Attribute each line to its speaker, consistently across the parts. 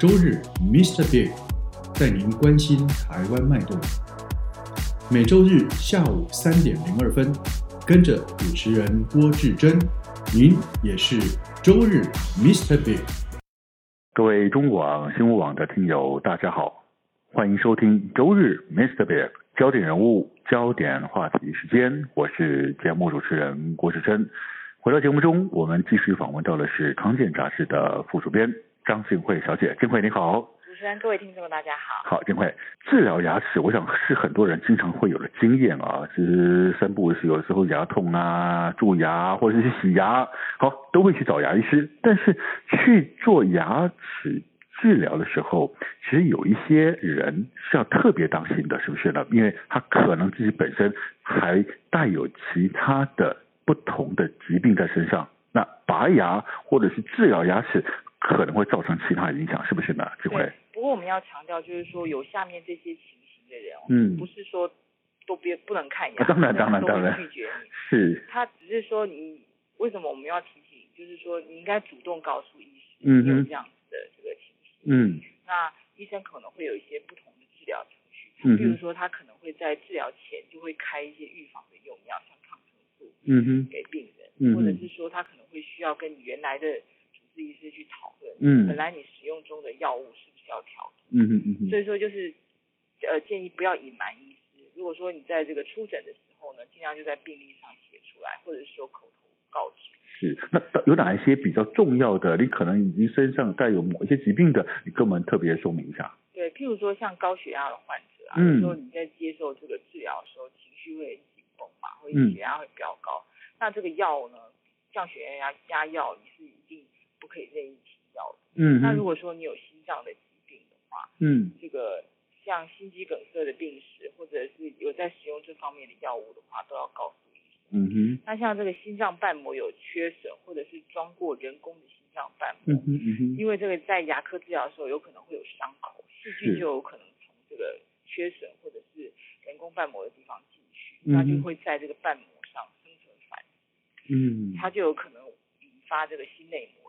Speaker 1: 周日，Mr. Big 带您关心台湾脉动。每周日下午三点零二分，跟着主持人郭志珍，您也是周日 Mr. Big。
Speaker 2: 各位中广新闻网的听友，大家好，欢迎收听周日 Mr. Big 焦点人物、焦点话题时间，我是节目主持人郭志珍。回到节目中，我们继续访问到的是《康健》杂志的副主编。张静慧小姐，静慧你好，
Speaker 3: 主持人、各位听众大家好。
Speaker 2: 好，静慧，治疗牙齿，我想是很多人经常会有的经验啊，就是三不五时，有时候牙痛啊、蛀牙或者是洗牙，好，都会去找牙医师。但是去做牙齿治疗的时候，其实有一些人是要特别当心的，是不是呢？因为他可能自己本身还带有其他的不同的疾病在身上，那拔牙或者是治疗牙齿。可能会造成其他影响，是不是呢？就会。
Speaker 3: 不过我们要强调，就是说有下面这些情形的人，嗯，不是说都别不能看牙，
Speaker 2: 哦当然当然当然
Speaker 3: 拒绝你，
Speaker 2: 是。
Speaker 3: 他只是说你为什么我们要提醒，就是说你应该主动告诉医生有这样子的这个情形，
Speaker 2: 嗯，
Speaker 3: 那医生可能会有一些不同的治疗程序，嗯，比如说他可能会在治疗前就会开一些预防的用药，像抗生素，
Speaker 2: 嗯哼，
Speaker 3: 给病人，
Speaker 2: 嗯，
Speaker 3: 或者是说他可能会需要跟你原来的。自己是去讨论，
Speaker 2: 嗯，
Speaker 3: 本来你使用中的药物是不是要调整？
Speaker 2: 嗯嗯嗯。
Speaker 3: 所以说就是，呃，建议不要隐瞒医师。如果说你在这个出诊的时候呢，尽量就在病历上写出来，或者说口头告知。
Speaker 2: 是， 那有哪一些比较重要的？你可能已经身上带有某一些疾病的，你跟我们特别说明一下。
Speaker 3: 对，譬如说像高血压的患者啊，
Speaker 2: 嗯、
Speaker 3: 有时候你在接受这个治疗的时候，情绪会紧绷嘛，会血压会飙高。
Speaker 2: 嗯、
Speaker 3: 那这个药呢，降血压压药你是一定。不可以任意停药的。
Speaker 2: 嗯，
Speaker 3: 那如果说你有心脏的疾病的话，
Speaker 2: 嗯，
Speaker 3: 这个像心肌梗塞的病史，或者是有在使用这方面的药物的话，都要告诉医
Speaker 2: 生。嗯哼。
Speaker 3: 那像这个心脏瓣膜有缺损，或者是装过人工的心脏瓣
Speaker 2: 膜，嗯哼嗯哼，
Speaker 3: 因为这个在牙科治疗的时候有可能会有伤口，细菌就有可能从这个缺损或者是人工瓣膜的地方进去，
Speaker 2: 嗯、
Speaker 3: 那就会在这个瓣膜上生成反
Speaker 2: 应，嗯，
Speaker 3: 它就有可能引发这个心内膜。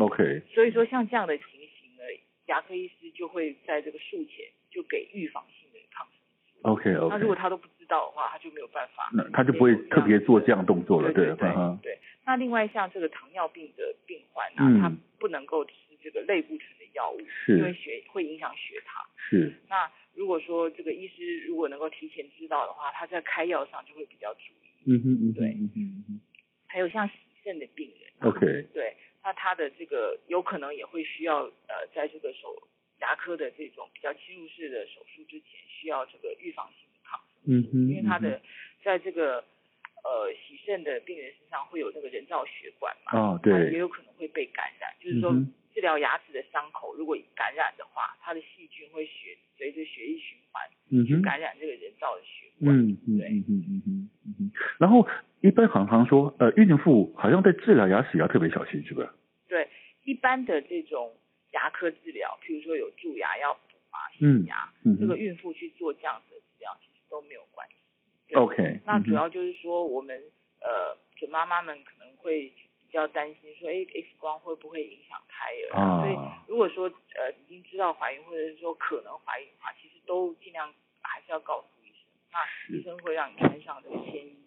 Speaker 2: OK，
Speaker 3: 所以说像这样的情形呢，牙科医师就会在这个术前就给预防性的抗生素。
Speaker 2: OK OK。
Speaker 3: 那如果他都不知道的话，他就没有办法。
Speaker 2: 那他就不会特别做这样动作了，
Speaker 3: 对
Speaker 2: 对嗯对
Speaker 3: 对。那另外像这个糖尿病的病患啊，
Speaker 2: 嗯、
Speaker 3: 他不能够吃这个类固醇的药物，因为血会影响血糖。
Speaker 2: 是。
Speaker 3: 那如果说这个医师如果能够提前知道的话，他在开药上就会比较注意。
Speaker 2: 嗯哼嗯哼。
Speaker 3: 对。
Speaker 2: 嗯哼。
Speaker 3: 还有像洗肾的病人、
Speaker 2: 啊。OK。
Speaker 3: 对。那他的这个有可能也会需要呃，在这个手牙科的这种比较侵入式的手术之前，需要这个预防性的抗
Speaker 2: 生素，嗯、
Speaker 3: 因为他的在这个呃洗肾的病人身上会有那个人造血管嘛，
Speaker 2: 哦对，嗯
Speaker 3: 也有可能会被感染，就是说治疗牙齿的伤口如果感染的话，它的细菌会血随着血液循环、
Speaker 2: 嗯、
Speaker 3: 去感染这个人造的血管，
Speaker 2: 嗯嗯
Speaker 3: 对，
Speaker 2: 嗯嗯嗯嗯，然后一般好像说呃孕妇好像在治疗牙齿要特别小心，是不是？
Speaker 3: 对，一般的这种牙科治疗，譬如说有蛀牙要补啊、
Speaker 2: 洗
Speaker 3: 牙，
Speaker 2: 嗯嗯、
Speaker 3: 这个孕妇去做这样子的治疗，其实都没有关系。
Speaker 2: OK，嗯
Speaker 3: 那主要就是说我们、嗯、呃准妈妈们可能会比较担心说，哎，X 光会不会影响胎儿？
Speaker 2: 啊、
Speaker 3: 所以如果说呃已经知道怀孕或者是说可能怀孕的话，其实都尽量还是要告诉医生，那医生会让你穿上这个先衣。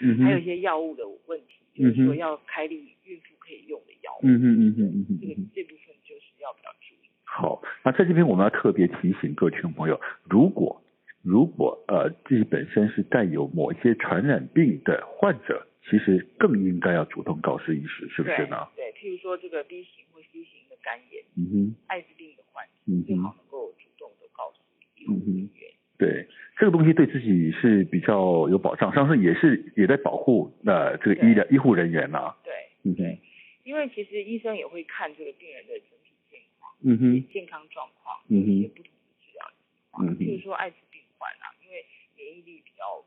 Speaker 2: 嗯、
Speaker 3: 还有一些药物的问题，就是说要开立孕妇可以用的药物。
Speaker 2: 嗯嗯嗯嗯嗯，
Speaker 3: 这个这部分就是要比较注意。
Speaker 2: 好，那在这边我们要特别提醒各位听众朋友，如果如果呃自己本身是带有某些传染病的患者，其实更应该要主动告知医师，是不是呢？
Speaker 3: 对,对，譬如说这个 B 型或 C 型的肝炎，
Speaker 2: 嗯哼，
Speaker 3: 艾滋病的患者，
Speaker 2: 嗯
Speaker 3: 最好能够主动的告诉医护人员。
Speaker 2: 对这个东西对自己是比较有保障，上是也是也在保护呃这个医疗医护人员呐、啊。
Speaker 3: 对，
Speaker 2: 嗯
Speaker 3: 对，因为其实医生也会看这个病人的整体健康，
Speaker 2: 嗯哼，
Speaker 3: 健康状况，做一
Speaker 2: 嗯哼
Speaker 3: 些不同的治疗计划，
Speaker 2: 嗯哼
Speaker 3: 譬如说艾滋病患啊，因为免疫力比较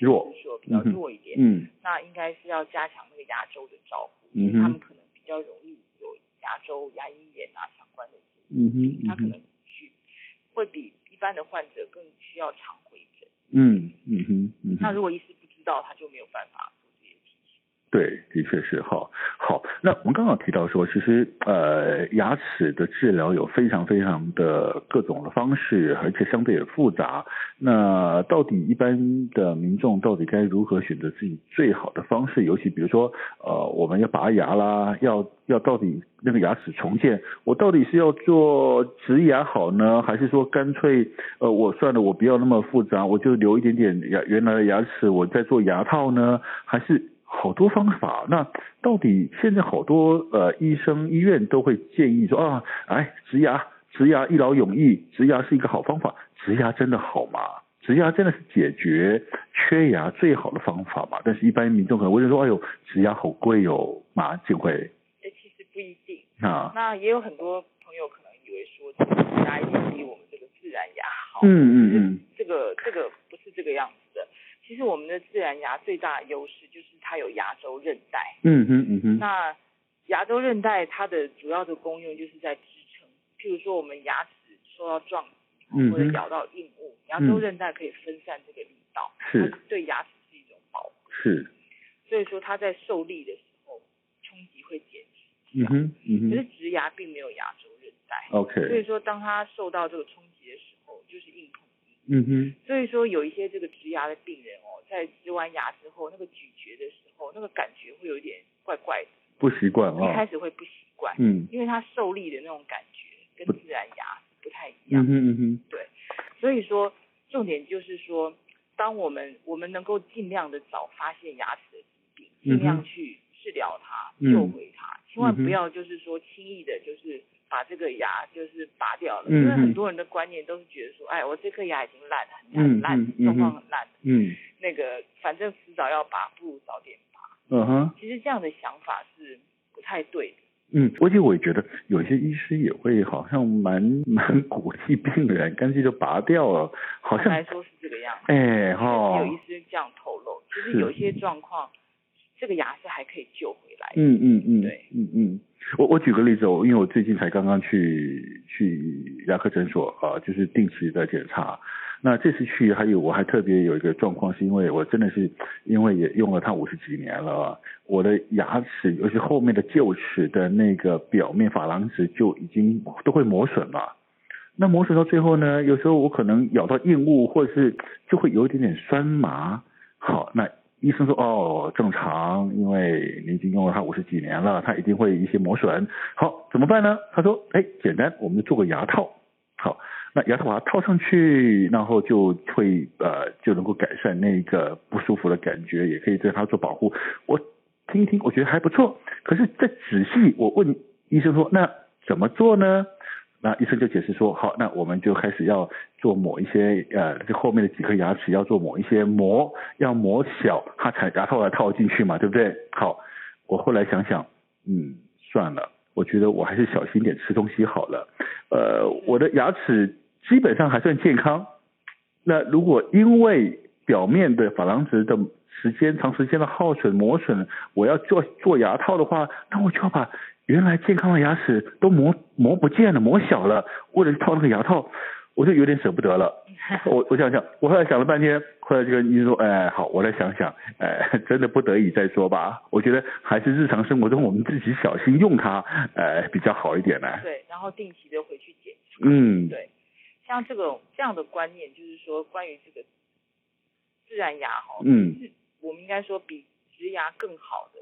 Speaker 2: 弱
Speaker 3: 就是说比较
Speaker 2: 嗯哼
Speaker 3: 弱一点，
Speaker 2: 嗯
Speaker 3: 那应该是要加强那个牙周的照顾，
Speaker 2: 嗯哼
Speaker 3: 因为他们可能比较容易有牙周、牙龈炎啊相关的疾病，
Speaker 2: 嗯哼嗯
Speaker 3: 他可
Speaker 2: 哼
Speaker 3: 能去会比一般的患者更需要常回诊。
Speaker 2: 嗯嗯哼嗯
Speaker 3: 那
Speaker 2: 哼。
Speaker 3: 如果医师不知道，他就没有办法做这些提醒。
Speaker 2: 对，的确是哈。好，那我们刚刚提到说，其实呃，牙齿的治疗有非常非常的各种的方式，而且相对也复杂。那到底一般的民众到底该如何选择自己最好的方式？尤其比如说，呃，我们要拔牙啦，要要到底那个牙齿重建，我到底是要做植牙好呢，还是说干脆呃，我算了，我不要那么复杂，我就留一点点牙原来的牙齿，我再做牙套呢？还是好多方法？那到底现在好多呃医生医院都会建议说啊，哎，植牙，植牙一劳永逸，植牙是一个好方法，植牙真的好吗？植牙真的是解决缺牙最好的方法嘛？但是，一般民众可能会说：“哎呦，植牙好贵哦，马建会
Speaker 3: 哎，其实不一定。
Speaker 2: 啊，
Speaker 3: 那也有很多朋友可能以为说，这个牙一定比我们这个自然牙好。
Speaker 2: 嗯嗯
Speaker 3: 这个这个不是这个样子的。其实我们的自然牙最大的优势就是它有牙周韧带。
Speaker 2: 嗯嗯哼嗯哼，
Speaker 3: 那牙周韧带它的主要的功用就是在支撑，譬如说我们牙齿受到撞击
Speaker 2: 嗯
Speaker 3: 或者
Speaker 2: 哼
Speaker 3: 咬到硬物，牙
Speaker 2: 嗯
Speaker 3: 周韧带可以分散这个力道，
Speaker 2: 是
Speaker 3: 它对牙齿是一种保护。
Speaker 2: 是，
Speaker 3: 所以说它在受力的时候冲击会减
Speaker 2: 嗯哼嗯哦
Speaker 3: 轻，可是
Speaker 2: 哼
Speaker 3: 植牙并没有牙周韧带，所以
Speaker 2: ，OK，
Speaker 3: 说当它受到这个冲击的时候就是硬碰硬。
Speaker 2: 嗯哼
Speaker 3: 所以说有一些这个植牙的病人哦，在植完牙之后，那个咀嚼的时候，那个感觉会有一点怪怪的，
Speaker 2: 不习惯
Speaker 3: 一开
Speaker 2: 啊，
Speaker 3: 始会不习惯，
Speaker 2: 嗯
Speaker 3: 因为它受力的那种感觉跟自然牙不太一
Speaker 2: 嗯
Speaker 3: 样。
Speaker 2: 哼嗯哼，
Speaker 3: 所以说，重点就是说，当我们我们能够尽量的早发现牙齿的疾病，
Speaker 2: 嗯哼
Speaker 3: 尽量去治疗它、
Speaker 2: 嗯
Speaker 3: 救回它，千万
Speaker 2: 嗯
Speaker 3: 不
Speaker 2: 哼
Speaker 3: 要就是说轻易的，就是把这个牙就是拔掉了，
Speaker 2: 嗯
Speaker 3: 因为很
Speaker 2: 嗯
Speaker 3: 多人的观念都是觉得说，哎，我这颗牙已经烂了，
Speaker 2: 嗯
Speaker 3: 很
Speaker 2: 嗯
Speaker 3: 烂，烂
Speaker 2: 嗯
Speaker 3: 状况
Speaker 2: 哼
Speaker 3: 很烂。
Speaker 2: 嗯
Speaker 3: 那个反正迟早要拔，不如早点拔。
Speaker 2: 嗯哼。
Speaker 3: 其实这样的想法是不太对的。
Speaker 2: 嗯，而且我也觉得有些医师也会好像蛮蛮鼓励病人，干脆就拔掉了，好
Speaker 3: 坦
Speaker 2: 像
Speaker 3: 白说是这个样子，
Speaker 2: 哎
Speaker 3: 但
Speaker 2: 哈
Speaker 3: 是，有医生这样透露，其
Speaker 2: 是
Speaker 3: 实有一些状况，这个牙是还可以救回来的。
Speaker 2: 嗯嗯嗯，
Speaker 3: 对，
Speaker 2: 嗯嗯。我我举个例子哦，因为我最近才刚刚去去牙科诊所啊、呃就是定期的检查。那这次去还有我还特别有一个状况，是因为我真的是因为也用了它五十几年了啊，我的牙齿，尤其后面的臼齿的那个表面珐琅质就已经都会磨损了。那磨损到最后呢，有时候我可能咬到硬物，或者是就会有一点点酸麻。好，那医生说哦正常，因为你已经用了它五十几年了，它一定会一些磨损。好，怎么办呢？他说哎简单，我们就做个牙套。好，那牙套把它套上去，然后就会呃就能够改善那个不舒服的感觉，也可以对它做保护。我听一听，我觉得还不错。可是再仔细，我问医生说那怎么做呢？那医生就解释说，好，那我们就开始要做抹一些呃，这后面的几颗牙齿要做抹一些磨，要磨小，它才牙套才套进去嘛，对不对？好，我后来想想，嗯，算了，我觉得我还是小心点吃东西好了。呃，我的牙齿基本上还算健康。那如果因为表面的珐琅质的时间长时间的耗损磨损，我要做做牙套的话，那我就要把原来健康的牙齿都磨磨不见了，磨小了，为了套那个牙套，我就有点舍不得了。我我想想，我后来想了半天，后来这个医生说，哎，好，我再想想，哎，真的不得已再说吧。我觉得还是日常生活中我们自己小心用它，哎，比较好一点呢、
Speaker 3: 对，然后定期的回去检查。
Speaker 2: 嗯，
Speaker 3: 对，像这种这样的观念，就是说关于这个自然牙哈，
Speaker 2: 嗯
Speaker 3: 是我们应该说比植牙更好的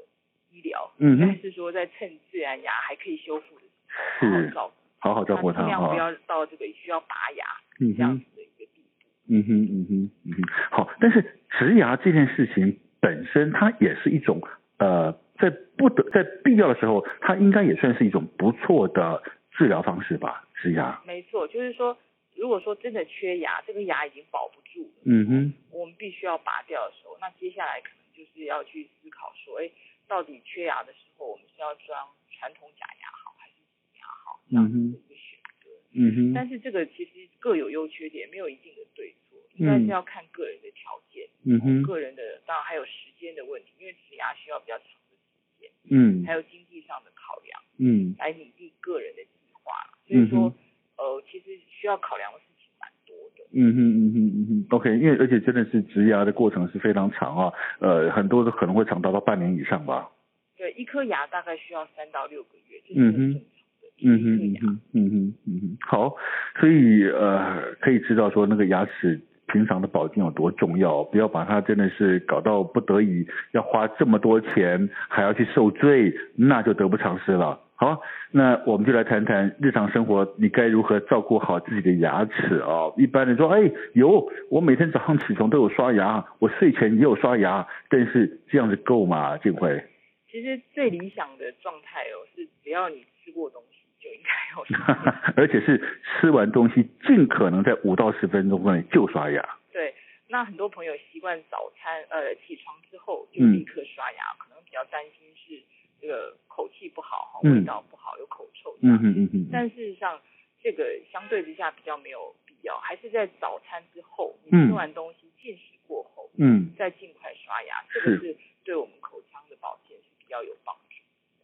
Speaker 3: 医疗，
Speaker 2: 嗯哼
Speaker 3: 应该是说在趁自然牙还可以修复的时候，好好
Speaker 2: 是
Speaker 3: 照顾。
Speaker 2: 好好照顾它
Speaker 3: 尽量不
Speaker 2: 哈。
Speaker 3: 要到这个需要拔牙
Speaker 2: 嗯
Speaker 3: 这样
Speaker 2: 哼，
Speaker 3: 子的一个地步。
Speaker 2: 嗯哼，嗯哼，嗯哼。好，但是植牙这件事情本身，它也是一种呃，在不得在必要的时候，它应该也算是一种不错的治疗方式吧。植牙，
Speaker 3: 没错，就是说，如果说真的缺牙，这个牙已经保不住了，
Speaker 2: 嗯哼，
Speaker 3: 我们必须要拔掉的时候，那接下来可能就是要去思考说，哎，到底缺牙的时候，我们是要装传统假牙好，还是假牙好？这样
Speaker 2: 嗯哼
Speaker 3: 子一个选择。
Speaker 2: 嗯哼，
Speaker 3: 但是这个其实各有优缺点，没有一定的对错，应该是要看个人的条件，
Speaker 2: 嗯哼，
Speaker 3: 个人的当然还有时间的问题，因为植牙需要比较长的时间，
Speaker 2: 嗯
Speaker 3: 还有经济上的考量
Speaker 2: 嗯
Speaker 3: 来拟定个人的计划，所以
Speaker 2: 嗯
Speaker 3: 说、呃其实需要考量的事情蛮多的。
Speaker 2: 嗯哼嗯哼嗯哼，OK，因为而且真的是植牙的过程是非常长啊，呃，很多都可能会长达到半年以上吧。
Speaker 3: 对，一颗牙大概需要三到六个月，这是
Speaker 2: 嗯
Speaker 3: 很
Speaker 2: 哼
Speaker 3: 正常的。一
Speaker 2: 嗯
Speaker 3: 颗
Speaker 2: 哼嗯
Speaker 3: 牙
Speaker 2: 哼嗯哼嗯哼，好，所以呃，可以知道说那个牙齿平常的保健有多重要，不要把它真的是搞到不得已要花这么多钱，还要去受罪，那就得不偿失了。好，那我们就来谈谈日常生活，你该如何照顾好自己的牙齿哦。一般人说，哎，有，我每天早上起床都有刷牙，我睡前也有刷牙，但是这样子够吗？建辉？
Speaker 3: 其实最理想的状态哦，是只要你吃过东西就应该要 刷牙
Speaker 2: 而且是吃完东西，尽可能在五到十分钟内就刷牙。
Speaker 3: 对，那很多朋友习惯早餐呃起床之后就
Speaker 2: 嗯
Speaker 3: 立刻刷牙，可能比较担心是这个口气不好，
Speaker 2: 嗯
Speaker 3: 味道不好，有口臭。
Speaker 2: 嗯哼嗯哼，
Speaker 3: 但事实上，这个相对之下比较没有必要，还是在早餐之后，你
Speaker 2: 嗯
Speaker 3: 吃完东西进食过后，
Speaker 2: 嗯，
Speaker 3: 再尽快刷牙，这
Speaker 2: 是
Speaker 3: 个是对我们口腔的保健是比较有帮助。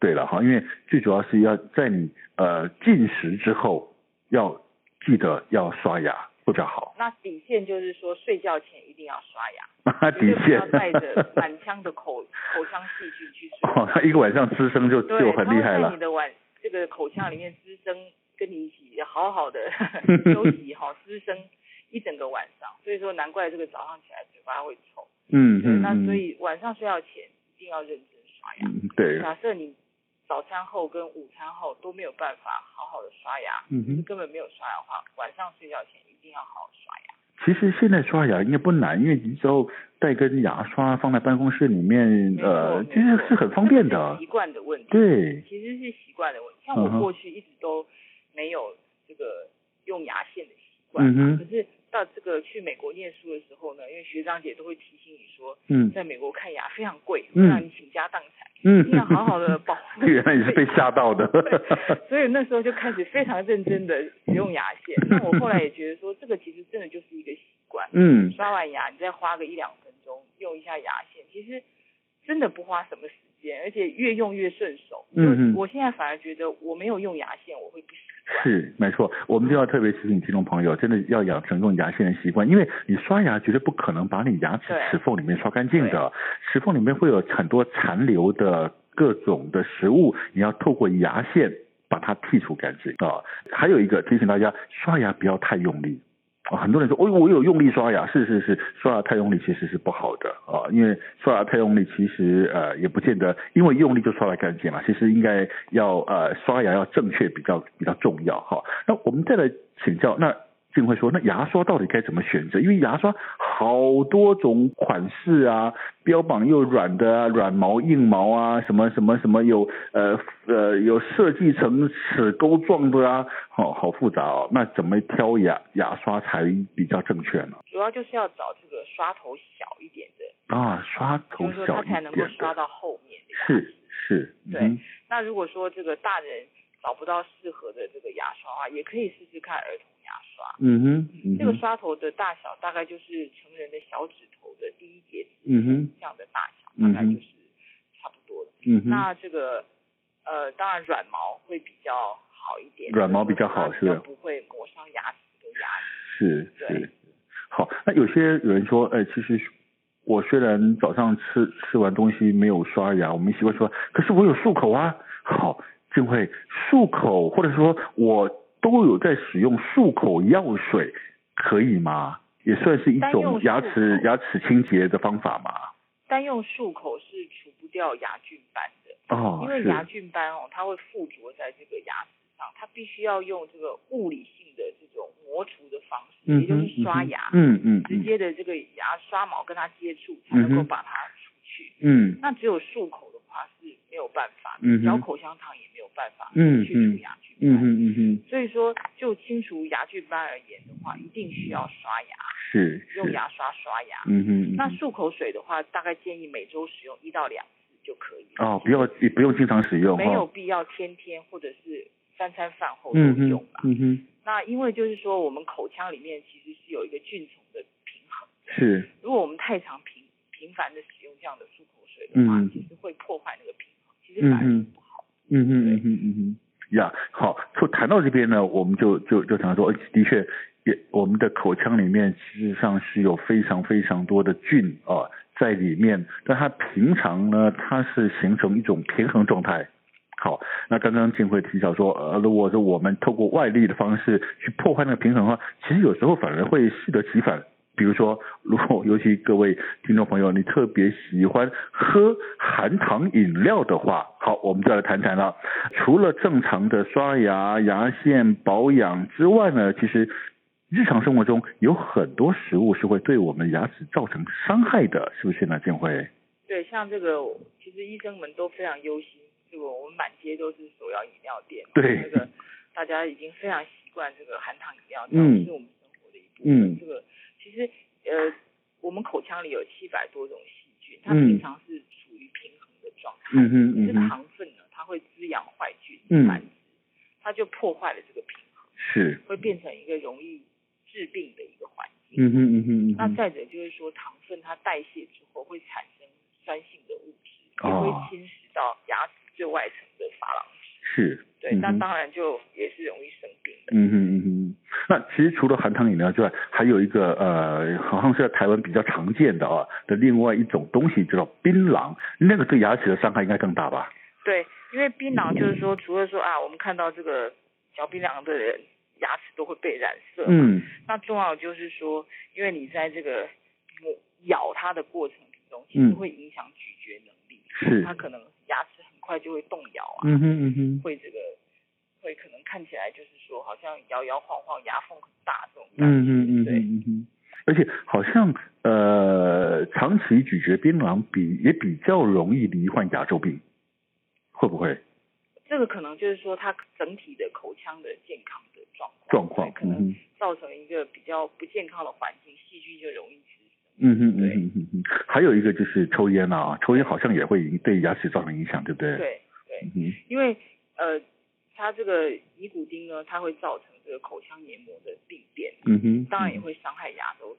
Speaker 2: 对了哈，因为最主要是要在你呃进食之后，要记得要刷牙会比较好。
Speaker 3: 那底线就是说，睡觉前一定要刷牙，
Speaker 2: 哈，
Speaker 3: 绝
Speaker 2: 底
Speaker 3: 对不要
Speaker 2: 线。
Speaker 3: 带着满腔的口口腔细菌去睡
Speaker 2: 哦，他一个晚上滋生就
Speaker 3: 对，
Speaker 2: 就很厉害
Speaker 3: 它会在
Speaker 2: 了
Speaker 3: 你。的碗这个口腔里面滋生，跟你一起好 好的休息哈，滋生一整个晚上。所以说，难怪这个早上起来嘴巴会臭。
Speaker 2: 嗯
Speaker 3: 对
Speaker 2: 嗯
Speaker 3: 那所
Speaker 2: 嗯
Speaker 3: 以晚上睡觉前一定要认真刷牙。
Speaker 2: 嗯，对，
Speaker 3: 假设你早餐后跟午餐后都没有办法好好的刷牙，
Speaker 2: 嗯
Speaker 3: 就是
Speaker 2: 哼。
Speaker 3: 根本没有刷牙的话，晚上睡觉前一定要好好刷牙。
Speaker 2: 其实现在刷牙应该不难，因为你只要带根牙刷放在办公室里面，
Speaker 3: 没错
Speaker 2: 呃，
Speaker 3: 没
Speaker 2: 其实
Speaker 3: 错
Speaker 2: 是很方便
Speaker 3: 这个
Speaker 2: 的
Speaker 3: 是习。惯的问题。
Speaker 2: 对，
Speaker 3: 其实是习惯的问题。像
Speaker 2: 嗯哼
Speaker 3: 我过去一直都没有这个用牙线的习惯
Speaker 2: 嗯哼
Speaker 3: 嘛，可是到这个去美国念书的时候呢，因为学长姐都会提醒你说，
Speaker 2: 嗯
Speaker 3: 在美国看牙非常贵，会
Speaker 2: 嗯
Speaker 3: 让你倾家荡产，
Speaker 2: 嗯
Speaker 3: 一，定要好好的保护。
Speaker 2: 原来你是被吓到的。
Speaker 3: 对 所以那时候就开始非常认真的使用牙线。那我后来也觉得说，这个其实真的就是一个习惯。
Speaker 2: 嗯，
Speaker 3: 刷完牙，你再花个一两分钟用一下牙线，其实真的不花什么时间，而且越用越顺手。
Speaker 2: 嗯嗯
Speaker 3: 我现在反而觉得我没有用牙线，我会不习惯。
Speaker 2: 是没错，我们就要特别提醒听众朋友，真的要养成用牙线的习惯，因为你刷牙绝对不可能把你牙齿
Speaker 3: 对
Speaker 2: 齿缝里面刷干净的，齿缝里面会有很多残留的各种的食物，你要透过牙线把它剔除干净啊。还有一个提醒大家，刷牙不要太用力。啊，很多人说，哦，我有用力刷牙，是是是，刷牙太用力其实是不好的啊，因为刷牙太用力其实呃也不见得，因为用力就刷得干净嘛，其实应该要呃刷牙要正确比较比较重要哈。那我们再来请教，那静慧说，那牙刷到底该怎么选择？因为牙刷好多种款式啊，标榜又软的啊，软毛、硬毛啊，什么什么什么有呃呃有设计成齿钩状的啊，好、好复杂哦。那怎么挑牙牙刷才比较正确呢？
Speaker 3: 主要就是要找这个刷头小一点的，
Speaker 2: 啊，刷头
Speaker 3: 就是说
Speaker 2: 小
Speaker 3: 它
Speaker 2: 一点
Speaker 3: 才能够
Speaker 2: 的，
Speaker 3: 刷到后面。
Speaker 2: 是是，
Speaker 3: 对
Speaker 2: 嗯
Speaker 3: 那如果说这个大人找不到适合的这个牙刷啊，也可以试试看儿童牙刷。
Speaker 2: 嗯哼，嗯
Speaker 3: 这个
Speaker 2: 哼，
Speaker 3: 刷头的大小大概就是成人的小指头的第一节指
Speaker 2: 嗯哼，
Speaker 3: 这样的大小，
Speaker 2: 嗯哼
Speaker 3: 大概就是差不多了。
Speaker 2: 嗯哼，
Speaker 3: 那这个呃，当然软毛会比较好一点，
Speaker 2: 软毛比较好
Speaker 3: 就是是
Speaker 2: 吧
Speaker 3: 说它比较不会磨伤牙齿跟牙龈。
Speaker 2: 是
Speaker 3: 对
Speaker 2: 是。好，那有些有人说，哎，其实我虽然早上吃吃完东西没有刷牙，我们习惯说，可是我有漱口啊。好，就会漱口，或者说我都有在使用漱口药水，可以吗？也算是一
Speaker 3: 单
Speaker 2: 种
Speaker 3: 用
Speaker 2: 牙
Speaker 3: 漱
Speaker 2: 齿
Speaker 3: 口
Speaker 2: 牙齿清洁的方法嘛。
Speaker 3: 单用漱口是除不掉牙菌斑的，
Speaker 2: 哦，
Speaker 3: 因为
Speaker 2: 是，
Speaker 3: 牙菌斑哦，它会附着在这个牙齿上，它必须要用这个物理性的这种磨除的方式，
Speaker 2: 嗯
Speaker 3: 也就
Speaker 2: 哼
Speaker 3: 是刷牙，
Speaker 2: 嗯哼嗯
Speaker 3: 直
Speaker 2: 嗯
Speaker 3: 接的这个牙刷毛跟它接触，才
Speaker 2: 嗯哼
Speaker 3: 能够把它除去。
Speaker 2: 嗯
Speaker 3: 那只有漱口的话是没有办法
Speaker 2: 嗯
Speaker 3: 的，
Speaker 2: 哼
Speaker 3: 嚼口香糖也没有办法
Speaker 2: 嗯
Speaker 3: 去除
Speaker 2: 嗯
Speaker 3: 牙菌斑。
Speaker 2: 嗯哼嗯哼，
Speaker 3: 所以说，就清除牙菌斑而言的话，一定需要刷牙，
Speaker 2: 是是，
Speaker 3: 用牙刷刷牙。
Speaker 2: 嗯哼，嗯
Speaker 3: 那
Speaker 2: 哼
Speaker 3: 漱口水的话，大概建议每周使用一到两次就可以了。
Speaker 2: 哦，不要也不用经常使用哈，
Speaker 3: 没有必要天天或者是三餐饭后都
Speaker 2: 嗯哼
Speaker 3: 用吧。
Speaker 2: 嗯哼，
Speaker 3: 那因为就是说，我们口腔里面其实是有一个菌虫的平衡，
Speaker 2: 是，
Speaker 3: 如果我们太常频频繁的使用这样的漱口水的话，
Speaker 2: 嗯
Speaker 3: 其实会破坏那个平衡，其实反而是不好。
Speaker 2: 嗯哼嗯哼嗯哼，呀，好，说谈到这边呢，我们就就就想说，呃的确，也我们的口腔里面实际上是有非常非常多的菌啊、在里面，但它平常呢，它是形成一种平衡状态。好，那刚刚静慧提到说，呃，如果说我们透过外力的方式去破坏那个平衡的话，其实有时候反而会适得其反。比如说，如果 尤其各位听众朋友，你特别喜欢喝含糖饮料的话，好，我们就来谈谈了。除了正常的刷牙、牙线保养之外呢，其实日常生活中有很多食物是会对我们牙齿造成伤害的，是不是呢？建辉？
Speaker 3: 对，像这个，其实医生们都非常忧心，这个我们满街都是手摇饮料店嘛，
Speaker 2: 对
Speaker 3: 这个大家已经非常习惯这个含糖饮料，
Speaker 2: 嗯
Speaker 3: 是我们生活的一部分。
Speaker 2: 嗯
Speaker 3: 这个其实呃，我们口腔里有七百多种细菌，它
Speaker 2: 嗯
Speaker 3: 平常是处于平衡的状态，
Speaker 2: 嗯哼
Speaker 3: 可
Speaker 2: 嗯
Speaker 3: 是
Speaker 2: 哼
Speaker 3: 糖分呢，它会滋养坏菌
Speaker 2: 嗯
Speaker 3: 繁殖，它就破坏了这个平衡，
Speaker 2: 是，
Speaker 3: 会变成一个容易治病的一个环境。
Speaker 2: 嗯哼嗯哼嗯
Speaker 3: 那
Speaker 2: 哼，
Speaker 3: 再者就是说，糖分它代谢之后会产生酸性的物质，也会
Speaker 2: 哦
Speaker 3: 侵蚀到牙齿最外层的珐琅质。
Speaker 2: 是，
Speaker 3: 对，
Speaker 2: 嗯
Speaker 3: 那
Speaker 2: 哼
Speaker 3: 当然就也是容易生病的。
Speaker 2: 嗯哼嗯哼，那其实除了含糖饮料之外，还有一个呃，好像是在台湾比较常见的啊的另外一种东西，叫做槟榔，那个对牙齿的伤害应该更大吧？
Speaker 3: 对，因为槟榔就是说，除了说啊，我们看到这个嚼槟榔的人牙齿都会被染色，，
Speaker 2: 嗯，
Speaker 3: 那重要的就是说，因为你在这个磨咬它的过程之中，其
Speaker 2: 嗯
Speaker 3: 实会影响咀嚼能力，
Speaker 2: 是
Speaker 3: 它可能牙齿很快就会动摇啊，
Speaker 2: 嗯哼嗯哼，
Speaker 3: 会这个会可能看起来就是说好像摇摇晃晃，牙缝很大这种感觉。
Speaker 2: 嗯哼嗯哼
Speaker 3: 对，
Speaker 2: 嗯哼，而且好像呃，长期咀嚼槟榔比也比较容易罹患牙周病，会不会？
Speaker 3: 这个可能就是说它整体的口腔的健康的状况，
Speaker 2: 状况
Speaker 3: 对可
Speaker 2: 嗯
Speaker 3: 能
Speaker 2: 哼
Speaker 3: 造成一个比较不健康的环境，细菌就容易滋生。
Speaker 2: 嗯哼嗯
Speaker 3: 对
Speaker 2: 哼嗯哼，还有一个就是抽烟啊，抽烟好像也会影对牙齿造成影响，对不对？，
Speaker 3: 对对
Speaker 2: 嗯，哼，
Speaker 3: 因为呃，它这个尼古丁呢，它会造成这个口腔黏膜的病变，
Speaker 2: 嗯哼，
Speaker 3: 当然也，会伤害牙周。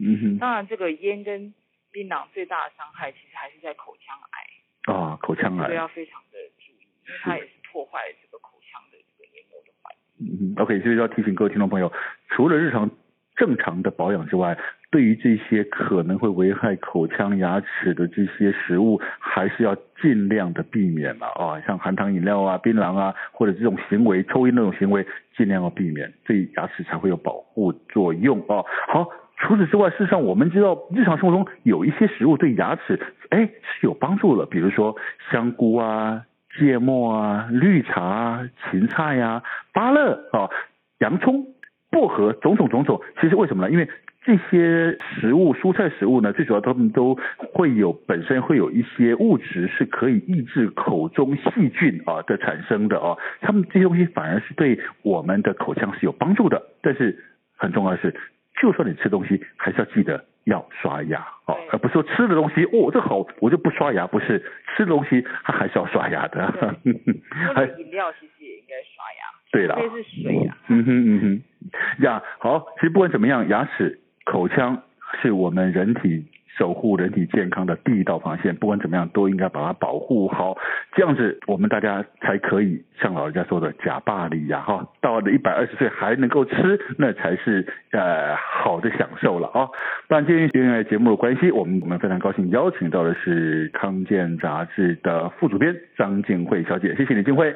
Speaker 2: 嗯哼，
Speaker 3: 当然，这个烟跟槟榔最大的伤害其实还是在口腔癌。
Speaker 2: 啊，口腔
Speaker 3: 这
Speaker 2: 癌
Speaker 3: 个，要非常的注意，因为它也是破坏了这个口腔的这个黏膜的环境。
Speaker 2: 嗯哼，OK，所以要提醒各位听众朋友，除了日常正常的保养之外，对于这些可能会危害口腔牙齿的这些食物，还是要尽量的避免了啊、像含糖饮料啊、槟榔啊，或者这种行为、抽烟那种行为，尽量要避免，对牙齿才会有保护作用啊、好。除此之外，事实上我们知道，日常生活中有一些食物对牙齿，哎，是有帮助的，比如说香菇啊、芥末啊、绿茶啊、芹菜呀、芭乐啊、洋葱、薄荷，种种种种。其实为什么呢？因为这些食物、蔬菜食物呢，最主要它们都会有本身会有一些物质是可以抑制口中细菌啊的产生的啊，它们这些东西反而是对我们的口腔是有帮助的。但是很重要的是，就算你吃东西，还是要记得要刷牙哦
Speaker 3: 对，
Speaker 2: 而不是说吃的东西哦，这好我就不刷牙，不是吃的东西它还是要刷牙的。
Speaker 3: 或
Speaker 2: 还
Speaker 3: 者饮料其实也应该刷牙，
Speaker 2: 对了
Speaker 3: 除非是水啊。
Speaker 2: 嗯哼嗯哼，呀，好，其实不管怎么样，牙齿、口腔是我们人体守护人体健康的第一道防线，不管怎么样都应该把它保护好，这样子我们大家才可以像老人家说的假巴黎呀、哈，到了一百二十岁还能够吃，那才是呃好的享受了啊。但鉴于因为节目的关系，我们我们非常高兴邀请到的是康健杂志的副主编张静慧小姐，谢谢你，静慧。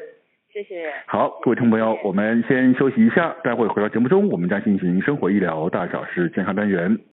Speaker 3: 谢谢。
Speaker 2: 好，各位听众朋友，我们先休息一下，待会回到节目中，我们将进行生活医疗大小事健康单元。